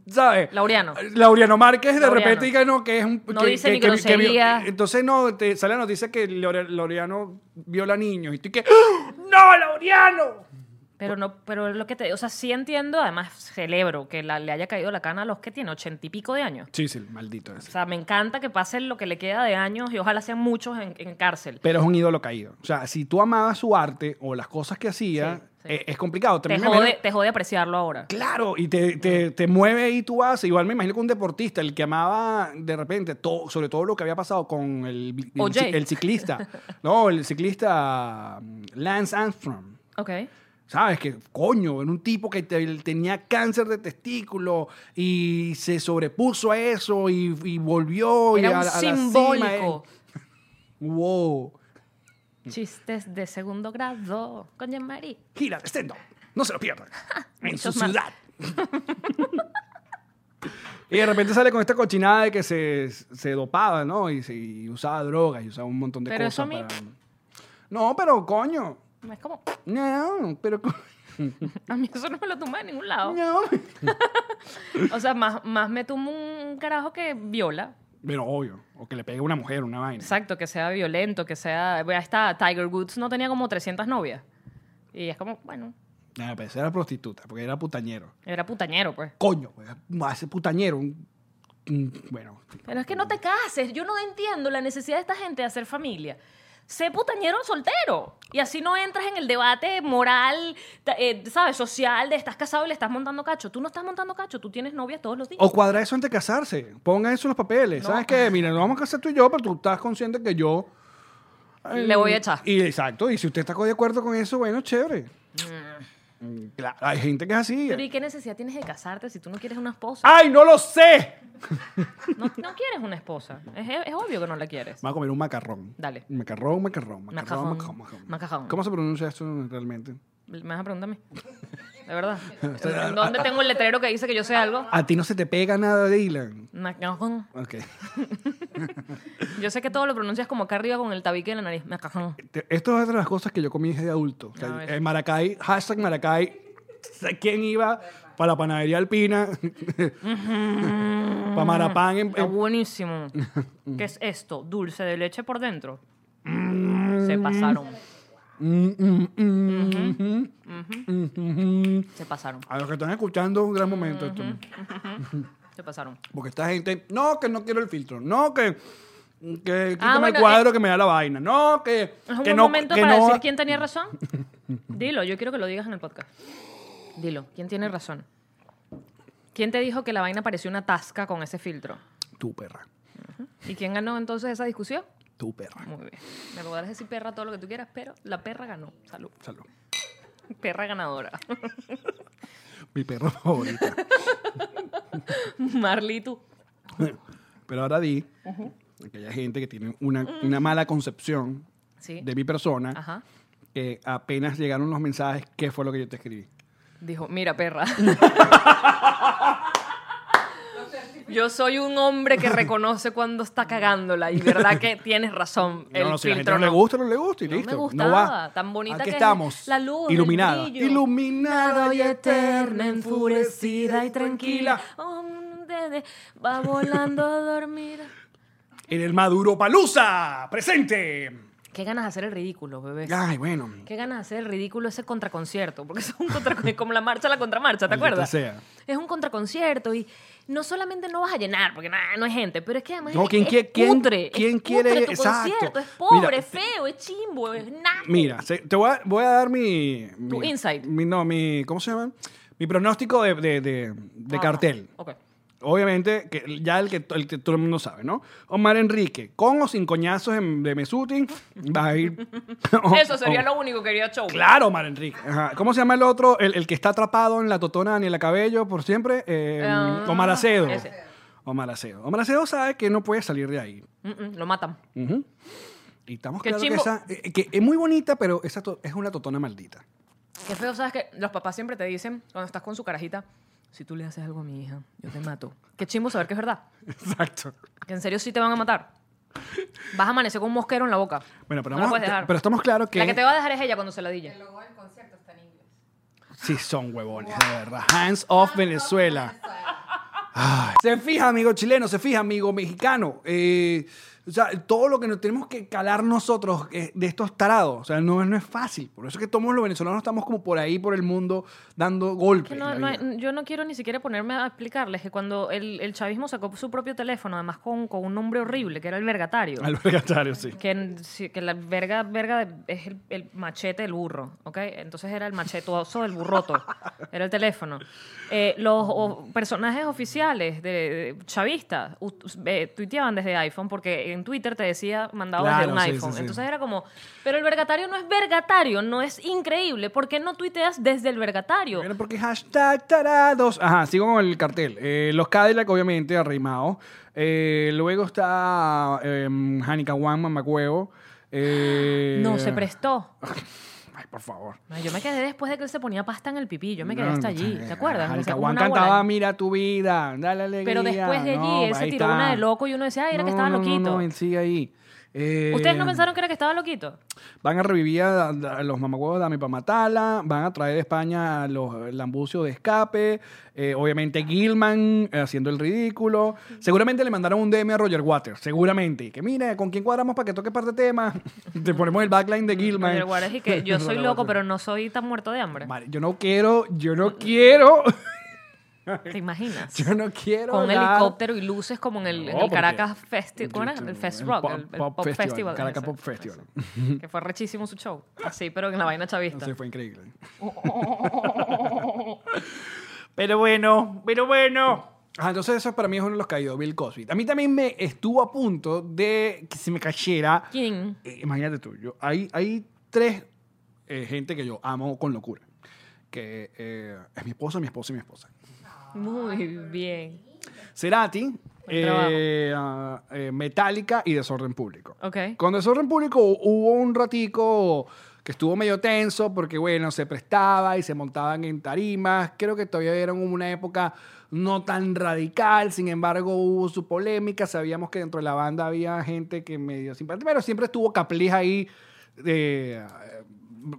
¿Sabes? Laureano. Laureano Márquez de Laureano. repente diga no, que es un... No que- dice que- ni que- que- grosería. entonces no, te sale la noticia que Lore- Laureano viola niños. Y tú que. ¡Ah! ¡No, Laureano! Pero no, pero es lo que te digo, o sea, sí entiendo, además celebro que la- le haya caído la cana a los que tiene ochenta y pico de años. Sí, sí, maldito O ese. sea, me encanta que pasen lo que le queda de años y ojalá sean muchos en, en cárcel. Pero es un ídolo caído. O sea, si tú amabas su arte o las cosas que hacía, Sí, sí. eh, Es, complicado. Te También me jode, imagino- te jode apreciarlo ahora. Claro, y te, te, te mueve y tú vas. Igual me imagino que un deportista, el que amaba de repente, todo, sobre todo lo que había pasado con el, el O.J. ci- el ciclista. no, el ciclista mm, Lance Armstrong. Ok. ¿Sabes? Que coño, era un tipo que te- tenía cáncer de testículo y se sobrepuso a eso y, y volvió. y Era un a- a la cima, simbólico. eh. Wow. eh. Chistes de segundo grado con Jean-Marie. Gira de stand No se lo pierdan. en su Muchos más. ciudad. y de repente sale con esta cochinada de que se, se dopaba, ¿no? Y, se- y usaba drogas y usaba un montón de Pero eso cosas. a mí- para- No, pero coño. Es como, No, pero. co- a mí eso no me lo tumba de ningún lado. No. O sea, más, más me tumba un carajo que viola. Pero obvio. O que le pegue a una mujer, una vaina. Exacto, que sea violento, que sea... Ya está, Tiger Woods no tenía como 300 novias. Y es como, bueno, No, pero esa pues, era prostituta, porque era putañero. era putañero, pues. Coño, pues, hace putañero. un- un- bueno. Pero es que no te cases. Yo no entiendo la necesidad de esta gente de hacer familia. Sé putañero soltero. Y así no entras en el debate moral, ta- eh, ¿sabes? Social de estás casado y le estás montando cacho. Tú no estás montando cacho. Tú tienes novias todos los días. O cuadra eso antes de casarse. Ponga eso en los papeles. No. ¿Sabes qué? Mira, nos vamos a casar tú y yo, pero tú estás consciente que yo. eh, Le voy a echar. Y exacto. Y si usted está de acuerdo con eso, bueno, chévere. Mm, Claro, hay gente que es así. Pero ¿y qué necesidad tienes de casarte si tú no quieres una esposa? ¡Ay, no lo sé! No, no quieres una esposa. Es, es obvio que no la quieres. Vamos a comer un macarrón. Dale. Macarrón, macarrón, macarrón, Macarrón. macarrón, macarrón. Macarrón. ¿Cómo se pronuncia esto realmente? ¿Me vas a preguntar a mí? De verdad. ¿En ¿Dónde tengo el letrero que dice que yo sé algo? A ti no se te pega nada, Dylan. Macajón. Ok. Yo sé que todo lo pronuncias como acá arriba con el tabique de la nariz. Macajón. Te- Esto es otra de las cosas que yo comí de adulto. O sea, A ver. en Maracay, hashtag Maracay, ¿quién iba para la panadería alpina? para Marapán. en- Está en- buenísimo. ¿Qué es esto? Dulce de leche por dentro. Se pasaron. Mm, Se pasaron. A los que están escuchando, un gran momento. esto. Se pasaron. Porque esta gente, no, que no quiero el filtro, no, que, que quítame Ah, bueno, eh, el cuadro que me da la vaina, no, que, Es un que buen no. momento que para no- decir quién tenía razón. Dilo, yo quiero que lo digas en el podcast. Dilo, ¿quién tiene razón? ¿Quién te dijo que la vaina parecía una tasca con ese filtro? Tú, perra, ¿Y quién ganó entonces esa discusión? tú, perra. Muy bien. Me podrás decir perra todo lo que tú quieras, pero la perra ganó. Salud. Salud. Perra ganadora. Mi perro favorita. Marley, tú. Pero ahora di, aquella gente que tiene una, una mala concepción Sí. de mi persona, Ajá. que apenas llegaron los mensajes, ¿qué fue lo que yo te escribí? Dijo, mira, perra. No sé, Yo soy un hombre que reconoce cuando está cagándola y verdad que tienes razón. No, el no, si a la gente filtro no le no. gusta, no le gusta y No me listo. gustaba, no va. tan bonita Aquí que es estamos. la luz, el Iluminada. brillo. Iluminada y eterna, enfurecida y tranquila. Om, de- de- Va volando a dormir. En el Maduro Palusa, presente. Qué ganas de hacer el ridículo, bebé. Ay, bueno. Qué ganas de hacer el ridículo ese contraconcierto, porque es un contraconcierto, como la marcha, la contramarcha, ¿te Maldita acuerdas? sea. Es un contraconcierto y no solamente no vas a llenar, porque nada, no hay gente, pero es que además No, es, ¿quién es quie- quién- cutre, quién es quiere- cutre tu exacto. concierto, es Mira, pobre, es te- feo, es chimbo, es nada. Mira, se- te voy a, voy a dar mi, mi. Tu insight. mi- no, mi. ¿Cómo se llama? Mi pronóstico de, de- de- de Ah. cartel. Ok. Obviamente, que ya el que, el que todo el mundo sabe, ¿no? Omar Enrique, con o sin coñazos en- de Mesuti, va a ir. Eso sería lo único que haría show. Claro, Omar Enrique. Ajá. ¿Cómo se llama el otro? El, el que está atrapado en la totona Daniela Cabello por siempre. Eh, Ah, Omar Acedo. ese. Omar Acedo. Omar Acedo sabe que no puede salir de ahí. Mm, mm, lo matan. Ujú. Y estamos Qué claros que, chimbo. esa, eh, que es muy bonita, pero esa to- es una totona maldita. Qué feo, ¿sabes que Los papás siempre te dicen, cuando estás con su carajita, si tú le haces algo a mi hija, yo te mato. Qué chimbo saber que es verdad. Exacto. Que en serio sí te van a matar. Vas a amanecer con un mosquero en la boca. Bueno, pero, no la vamos- puedes dejar. pero estamos claros que, La que te va a dejar es ella cuando se la dille. El logo del concierto está en inglés. sí son huevones, de verdad. Hands Ah, off Venezuela. Se fija, amigo chileno, se fija, amigo mexicano. Eh, o sea, todo lo que nos tenemos que calar nosotros eh, de estos tarados. O sea, no, no es fácil. Por eso es que todos los venezolanos estamos como por ahí, por el mundo, dando golpes. Que en no- la no- vida. yo no quiero ni siquiera ponerme a explicarles que cuando el, el chavismo sacó su propio teléfono, además con, con un nombre horrible, que era el vergatario. Al vergatario, sí. Que, en- sí, que la verga, verga de- es el, el machete del burro, ¿ok? Entonces era el machetoso del burroto, era el teléfono. Eh, los o- personajes oficiales de, de chavistas u- eh, tuiteaban desde iPhone porque en Twitter te decía mandado desde Claro, un sí, sí, iPhone. sí. Entonces era como, pero el vergatario no es vergatario, no es increíble, ¿por qué no tuiteas desde el vergatario? Bueno, porque hashtag tarados. Ajá, sigo con el cartel. Eh, los Cadillac, obviamente, arrimados. Eh, luego está eh, Hanika Wang, Mamacuevo. Eh, No, se prestó. Ay, por favor. No, Yo me quedé después de que él se ponía pasta en el pipí, yo me quedé No, hasta no, allí, eh, ¿te acuerdas? Que hacía Hanika como Wang una bola. cantaba "Ah, Mira tu vida, dale alegría. Pero después de allí, No, él se ahí tiró está. una de loco y uno decía, "Ay, era que estaba no, no, loquito". No, él sigue ahí. Eh, ¿Ustedes no pensaron que era que estaba loquito? Van a revivir a, a los mamacuevos de Dame para matarla, van a traer de España a los lambucios de escape, eh, obviamente Gilman eh, haciendo el ridículo. Seguramente le mandaron un DM a Roger Waters, seguramente. Y Que mira, ¿con quién cuadramos para que toque parte tema? Te ponemos el backline de Gilman. Mm, Roger Waters y que yo soy Roger loco, Waters. pero no soy tan muerto de hambre. Vale, yo no quiero, yo no quiero, ¿Te imaginas? yo no quiero. Con un hablar- helicóptero y luces como en el, en No, el porque- Caracas Festival. ¿Cómo era? El Fest Rock, Pop- el, el Pop Pop Festival. Caracas ese, Pop Festival. ese, Que fue rechísimo su show. Así, pero en la vaina chavista. Entonces fue increíble. pero bueno, pero bueno. Ah, entonces eso para mí es uno de los caídos, Bill Cosby. A mí también me estuvo a punto de que se me cayera. ¿Quién? Eh, imagínate tú, yo, hay, hay tres eh, gente que yo amo con locura. Que eh, es mi esposo, mi esposa y mi esposa. Muy bien. Cerati, Buen eh, ah, eh, Metallica y Desorden Público. Ok. Con Desorden Público hu- hubo un ratico que estuvo medio tenso porque, bueno, se prestaba y se montaban en tarimas. Creo que todavía era una época no tan radical. Sin embargo, hubo su polémica. Sabíamos que dentro de la banda había gente que medio simpática, pero siempre estuvo Capliz ahí eh,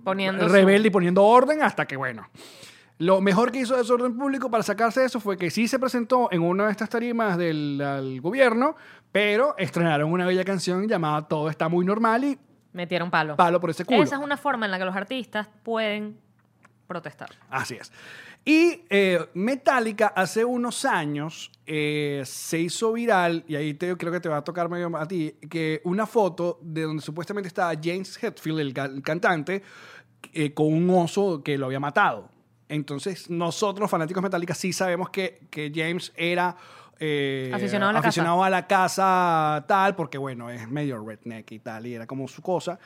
Poniendo su- rebelde y poniendo orden hasta que, bueno. Lo mejor que hizo Desorden Público para sacarse de eso fue que sí se presentó en una de estas tarimas del al gobierno, pero estrenaron una bella canción llamada Todo está muy normal y Metieron palo. palo por ese culo. Esa es una forma en la que los artistas pueden protestar. Así es. Y eh, Metallica hace unos años eh, se hizo viral, y ahí te- creo que te va a tocar medio a ti, que una foto de donde supuestamente estaba James Hetfield, el, ca- el cantante, eh, con un oso que lo había matado. Entonces, nosotros, fanáticos de Metallica, sí sabemos que, que James era eh, Aficionado a la casa. aficionado a la casa tal, porque bueno, es medio redneck y tal, y era como su cosa,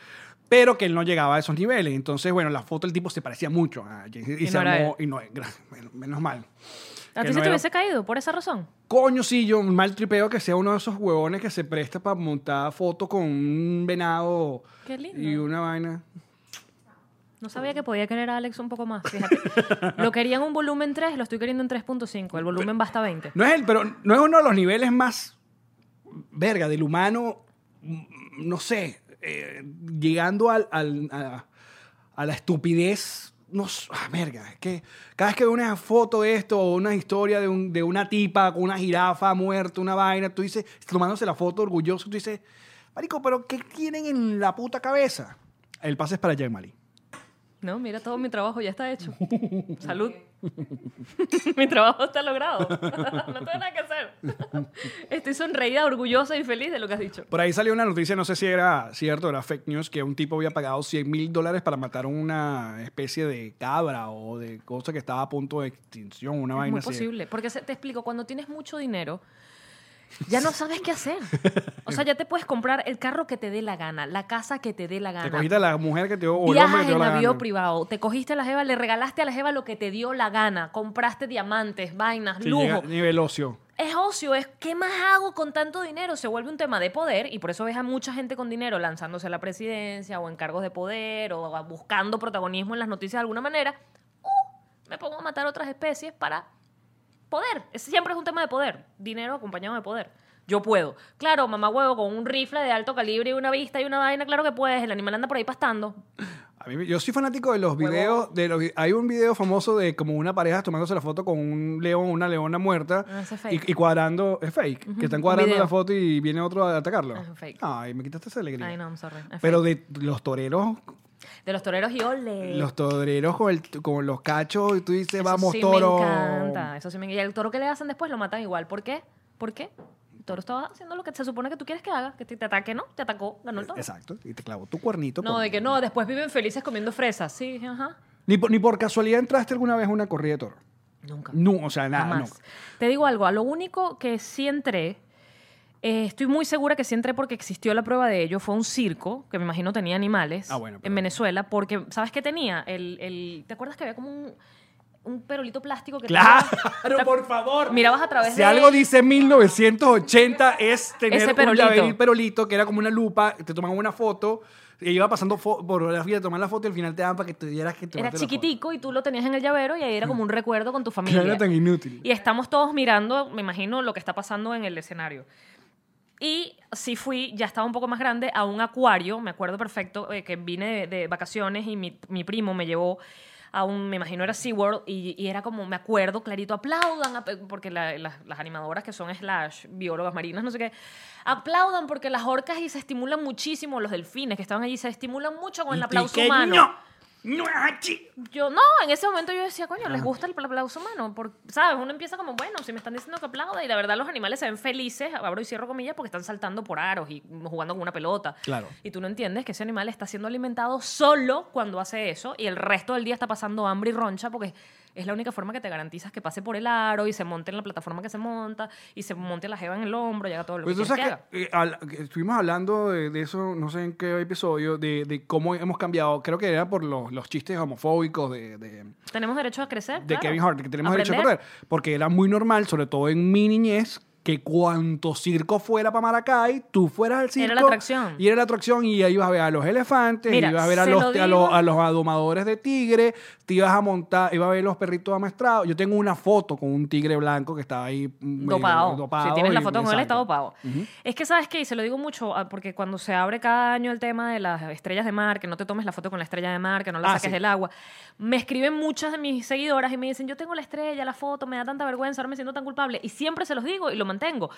pero que él no llegaba a esos niveles. Entonces, bueno, la foto del tipo se parecía mucho a James y, Y se no era armó- él. y no, gra- bueno, menos mal. ¿A Que ti se no te era- hubiese caído por esa razón? Coño, sí, yo un mal tripeo que sea uno de esos huevones que se presta para montar foto con un venado Qué lindo. y una vaina. No sabía que podía querer a Alex un poco más, fíjate. lo quería en un volumen 3, lo estoy queriendo en 3.5. El volumen basta 20. No es el, pero no es uno de los niveles más verga del humano, mm, no sé, eh, llegando al, al- a, a la estupidez. No, s- ah, verga, es que cada vez que veo una foto de esto o una historia de, un- de una tipa con una jirafa muerta, una vaina, tú dices, tomándose la foto orgulloso, tú dices, Marico, pero ¿qué tienen en la puta cabeza? El pase es para Jack Mali. No, mira, todo mi trabajo ya está hecho. Salud. mi trabajo está logrado. no tengo nada que hacer. estoy sonreída, orgullosa y feliz de lo que has dicho. Por ahí salió una noticia, no sé si era cierto, era fake news, que un tipo había pagado 100 mil dólares para matar una especie de cabra o de cosa que estaba a punto de extinción, una Es vaina muy así. posible. Porque se- te explico, cuando tienes mucho dinero, ya no sabes qué hacer. O sea, ya te puedes comprar el carro que te dé la gana, la casa que te dé la Te gana. cogiste a la mujer que te dio o el hombre que Viajas te dio en la avión gana. privado, te cogiste a la jeva, le regalaste a la jeva lo que te dio la gana, compraste diamantes, vainas, Sí, llega lujo. a nivel ocio. Es ocio, es ¿qué más hago con tanto dinero? Se vuelve un tema de poder y por eso ves a mucha gente con dinero lanzándose a la presidencia o en cargos de poder o a- buscando protagonismo en las noticias de alguna manera. Uh, me pongo a matar otras especies para poder. Es- siempre es un tema de poder. Dinero acompañado de poder. Yo puedo. Claro, mamá huevo, con un rifle de alto calibre y una vista y una vaina, claro que puedes. El animal anda por ahí pastando. A mí, yo soy fanático de los videos. De los, vi- hay un video famoso de como una pareja tomándose la foto con un león, una leona muerta. Ah, ese es y, fake. y cuadrando, es fake. Ujú, Que están un cuadrando video. la foto y viene otro a atacarlo. Ah, es fake. Ay, me quitaste esa alegría. Ay, no, I'm sorry. Es Pero de los toreros De los toreros y ole. Los toreros con, el- con los cachos y tú dices, Eh, Eso vamos sí toro. Me encanta. Eso sí me encanta. Y el toro que le hacen después lo matan igual. ¿Por qué? ¿Por qué? El toro estaba haciendo lo que se supone que tú quieres que haga, que te, te ataque, ¿no? Te atacó, ganó el toro. Exacto, y te clavó tu cuernito. No, por- de que no, después viven felices comiendo fresas. Sí, ajá. Ni por, ni por casualidad entraste alguna vez a una corrida de toro. Nunca. No, o sea, nada, Jamás. nunca. Te digo algo, a lo único que sí entré, eh, estoy muy segura que sí entré porque existió la prueba de ello, fue un circo, que me imagino tenía animales Ah, bueno, pero- en Venezuela, porque, ¿sabes qué tenía? El, el- ¿Te acuerdas que había como un, un perolito plástico que... Claro, tenía- por favor. Mirabas a través Si de algo dice 1980 es Ese tener un perolito. llaveril perolito que era como una lupa, te tomaban una foto y iba pasando fo- por la fila, tomar la foto y al final te daban para que te dieras que te Era chiquitico y tú lo tenías en el llavero y ahí era como un recuerdo con tu Que familia. era tan inútil. Y estamos todos mirando, me imagino, lo que está pasando en el escenario. Y sí fui, ya estaba un poco más grande, a un acuario, me acuerdo perfecto, eh, que vine de, de vacaciones y mi, mi primo me llevó a un, me imagino era SeaWorld, y, y era como, me acuerdo clarito, aplaudan, ap- porque la- las- las animadoras que son slash biólogas marinas, no sé qué, aplaudan porque las orcas y se estimulan muchísimo, los delfines que estaban allí se estimulan mucho con el Y aplauso que humano. No, no ah, es así. Yo, no, en ese momento yo decía, coño, les gusta el aplauso humano. Porque, ¿Sabes? Uno empieza como, bueno, si me están diciendo que aplauda y la verdad los animales se ven felices, abro y cierro comillas, porque están saltando por aros y jugando con una pelota. Claro. Y tú no entiendes que ese animal está siendo alimentado solo cuando hace eso y el resto del día está pasando hambre y roncha porque es la única forma que te garantizas que pase por el aro y se monte en la plataforma que se monta y se monte la jeva en el hombro y haga todo lo Pues que tú quieres que sabes haga. que, eh, al- que estuvimos hablando de, de eso, no sé en qué episodio, de, de cómo hemos cambiado. Creo que era por los, los chistes homofóbicos de, de, de Tenemos derecho a crecer. claro. Kevin Hart, que tenemos derecho a Aprender. correr. Porque era muy normal, sobre todo en mi niñez, que cuanto circo fuera para Maracay, tú fueras al circo. Era la atracción. Y era la atracción, y ahí ibas a ver a los elefantes, Mira, ibas a ver a se los, lo a, los, digo. a los adomadores de tigre, te ibas a montar, ibas a ver los perritos amaestrados. Yo tengo una foto con un tigre blanco que estaba ahí. mm, dopado. medio dopado Si tienes la y- foto con él, está exacto. dopado. Es que, ¿sabes qué? Y se lo digo mucho, ah, porque cuando se abre cada año el tema de las estrellas de mar, que no te tomes la foto con la estrella de mar, que no la Ah, saques sí. del agua, me escriben muchas de mis seguidoras y me dicen, yo tengo la estrella, la foto, me da tanta vergüenza, ahora me siento tan culpable. Y siempre se los digo y lo mantengo.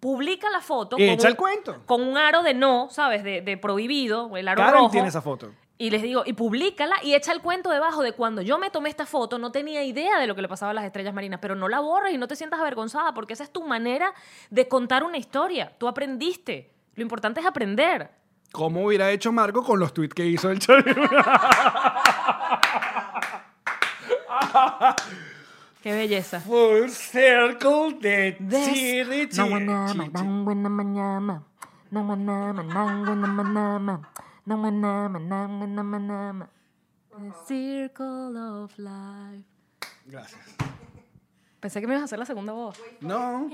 Publica la foto. Y con echa un- el cuento. Con un aro de no, ¿sabes? De, de prohibido, el aro Karen rojo. tiene esa foto. Y les digo, y publícala y echa el cuento debajo de cuando yo me tomé esta foto, no tenía idea de lo que le pasaba a las estrellas marinas, pero no la borres y no te sientas avergonzada, porque esa es tu manera de contar una historia. Tú aprendiste. Lo importante es aprender. ¿Cómo hubiera hecho Marco con los tweets que hizo el chorro? Qué belleza. Full circle de Des- chiri, No, chiri, no, chiri. The circle of life. Gracias. Pensé que me ibas a hacer la segunda voz. No.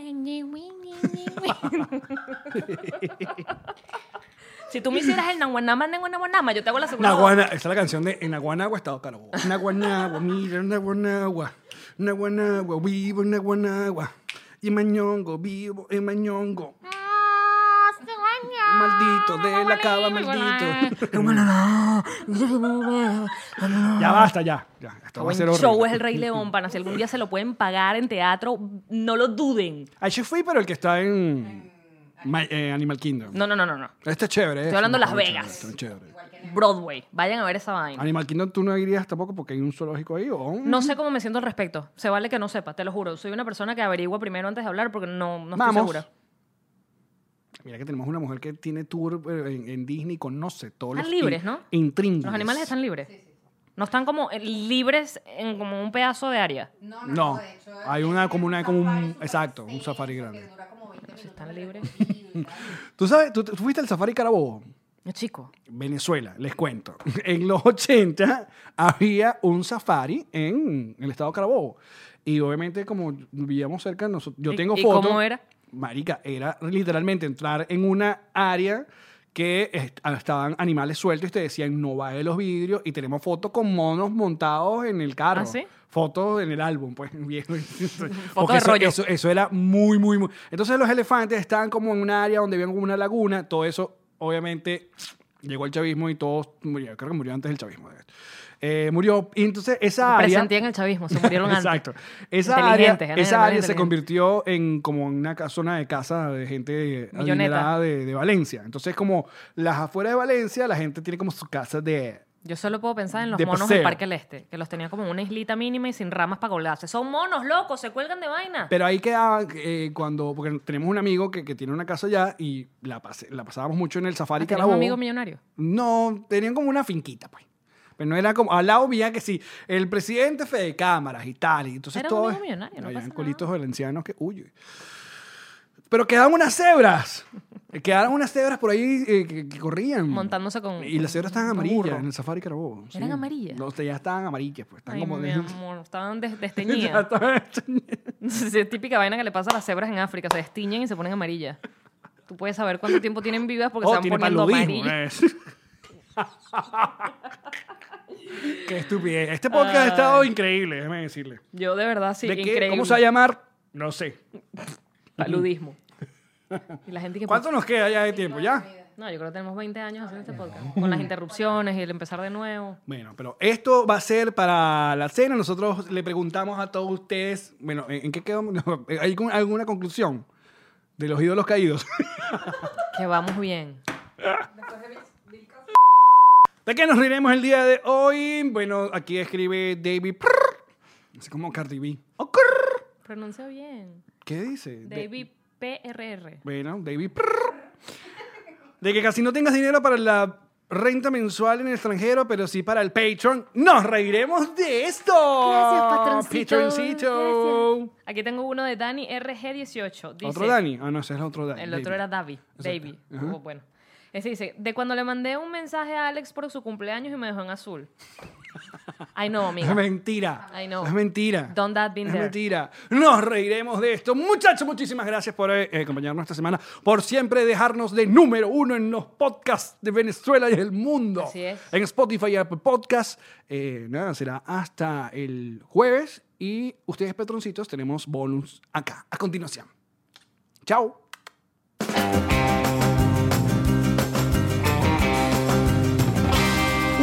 Si tú me hicieras el Nahuanama, Nahuanama, yo te hago la segunda. Naguana, esa es la canción de En Aguanagua estado Carabobo. Naguanagua, mira, Naguanagua. Naguanagua, vivo en Naguanagua. Y Mañongo, vivo en Mañongo. Ah, Maldito, de la cava, maldito. Ya basta, ya. ya. Esto va a Buen ser show horrible. es el Rey León, pana. Si algún día se lo pueden pagar en teatro, no lo duden. Ahí sí fui, pero el que está en Ma- eh, Animal Kingdom. No, no, no, no, no. Este es chévere. este, hablando de Las está muy Vegas. chévere, está muy chévere. Broadway. Vayan a ver esa vaina. Animal Kingdom tú no irías tampoco porque hay un zoológico ahí. O un- No sé cómo me siento al respecto. Se vale que no sepa, te lo juro. Soy una persona que averigua primero antes de hablar porque no, no estoy Vamos. segura. Mira que tenemos una mujer que tiene tour eh, en, en Disney, conoce todos Están los in- libres, ¿no? intríngulis. Los animales están libres. No están como eh, libres en como un pedazo de área. No, no, No, no, de hecho, eh, hay una- como una- como un- safari super exacto, un extenso safari que grande. dura como 20 si minutos están de libres. recorrido y tal. Tú sabes, tú, tú fuiste al Safari Carabobo, Chico. Venezuela, les cuento. En los 80 había un safari en el estado Carabobo. Y obviamente como vivíamos cerca, noso- yo ¿Y- tengo y fotos. cómo era? Marica, era literalmente entrar en una área que est- ah, estaban animales sueltos y te decían no bajes los vidrios y tenemos fotos con monos montados en el carro. ¿Ah, sí? Fotos en el álbum, pues, viejo. Foto Porque de eso, rollo. Eso, eso era muy, muy, muy... Entonces los elefantes estaban como en un área donde había como una laguna, todo eso, obviamente, llegó el chavismo y todos murieron. Creo que murió antes del chavismo. de hecho. Eh, murió, y entonces esa área... Presentían el chavismo, se murieron antes. Exacto. Esa área, Inteligentes, eran esa animales área se inteligentes. convirtió en como una ca- zona de casa de gente Milloneta. adinerada de, de Valencia. Entonces, como las afueras de Valencia, la gente tiene como su casa de... Yo solo puedo pensar en los De monos paseo. del Parque del Este, que los tenía como en una islita mínima y sin ramas para colgarse. Son monos, locos, se cuelgan de vaina. Pero ahí quedaba eh, cuando... Porque tenemos un amigo que, que tiene una casa allá y la, pase- la pasábamos mucho en el Ah, Safari ¿tenías Carabobo. un amigo millonario. No, tenían como una finquita, pues. Pero no era como... Al lado había que sí, el presidente Fede Cámaras y tal. Y entonces Era un todo... amigo millonario, no habían pasa colitos valencianos que... Uy, uy. Pero quedaban unas cebras. Quedaron unas cebras por ahí eh, que, que corrían. Montándose con- Y las cebras estaban con amarillas burro. en el Safari Carabobo. ¿Eran amarillas? No, ya estaban amarillas, pues. Están Ay, como mi de... amor, estaban des- Ya desteñidas. estaban- Sí, es típica vaina que le pasa a las cebras en África. Se destiñen y se ponen amarillas. Tú puedes saber cuánto tiempo tienen vivas porque Oh, se van tiene pues. poniendo paludismo, eh. amarillas. es. Qué estupidez. Este podcast ha estado increíble, déjame decirle. Yo de verdad sí, ¿De qué? increíble. ¿Cómo se va a llamar? No sé. Paludismo. Y la gente que... ¿Cuánto nos queda ya de tiempo? ¿Ya? No, yo creo que tenemos 20 años haciendo este podcast. Con las interrupciones y el empezar de nuevo. Bueno, pero esto va a ser para la cena. Nosotros le preguntamos a todos ustedes, bueno, ¿en en qué quedamos? No, ¿Hay algún- alguna conclusión de los ídolos caídos? Que vamos bien. ¿De qué nos reiremos el día de hoy? Bueno, aquí escribe David. Prrr, así como Cardi B. Oh, crrr. Pronuncia bien. ¿Qué dice? Da- David PRR. Bueno, David. prrr. De que casi no tengas dinero para la renta mensual en el extranjero, pero sí para el Patreon. ¡Nos reiremos de esto! Gracias, Oh, patroncito. Patroncito. Gracias. Aquí tengo uno de Dani RG18. Dice, ¿Otro Dani? Ah, no, ese es el otro Dani. El David. otro era Davi, Exacto. Davy. o bueno. Ese dice, de cuando le mandé un mensaje a Alex por su cumpleaños y me dejó en azul. Ay, no, Es amiga. mentira. I know. Es mentira. Don't that been es there. mentira. Nos reiremos de esto. Muchachos, muchísimas gracias por eh, acompañarnos esta semana, por siempre dejarnos de número uno en los podcasts de Venezuela y el mundo. Así es. En Spotify y Apple Podcasts. Eh, nada, será hasta el jueves. Y ustedes, patroncitos, tenemos bonus acá, a continuación. Chao.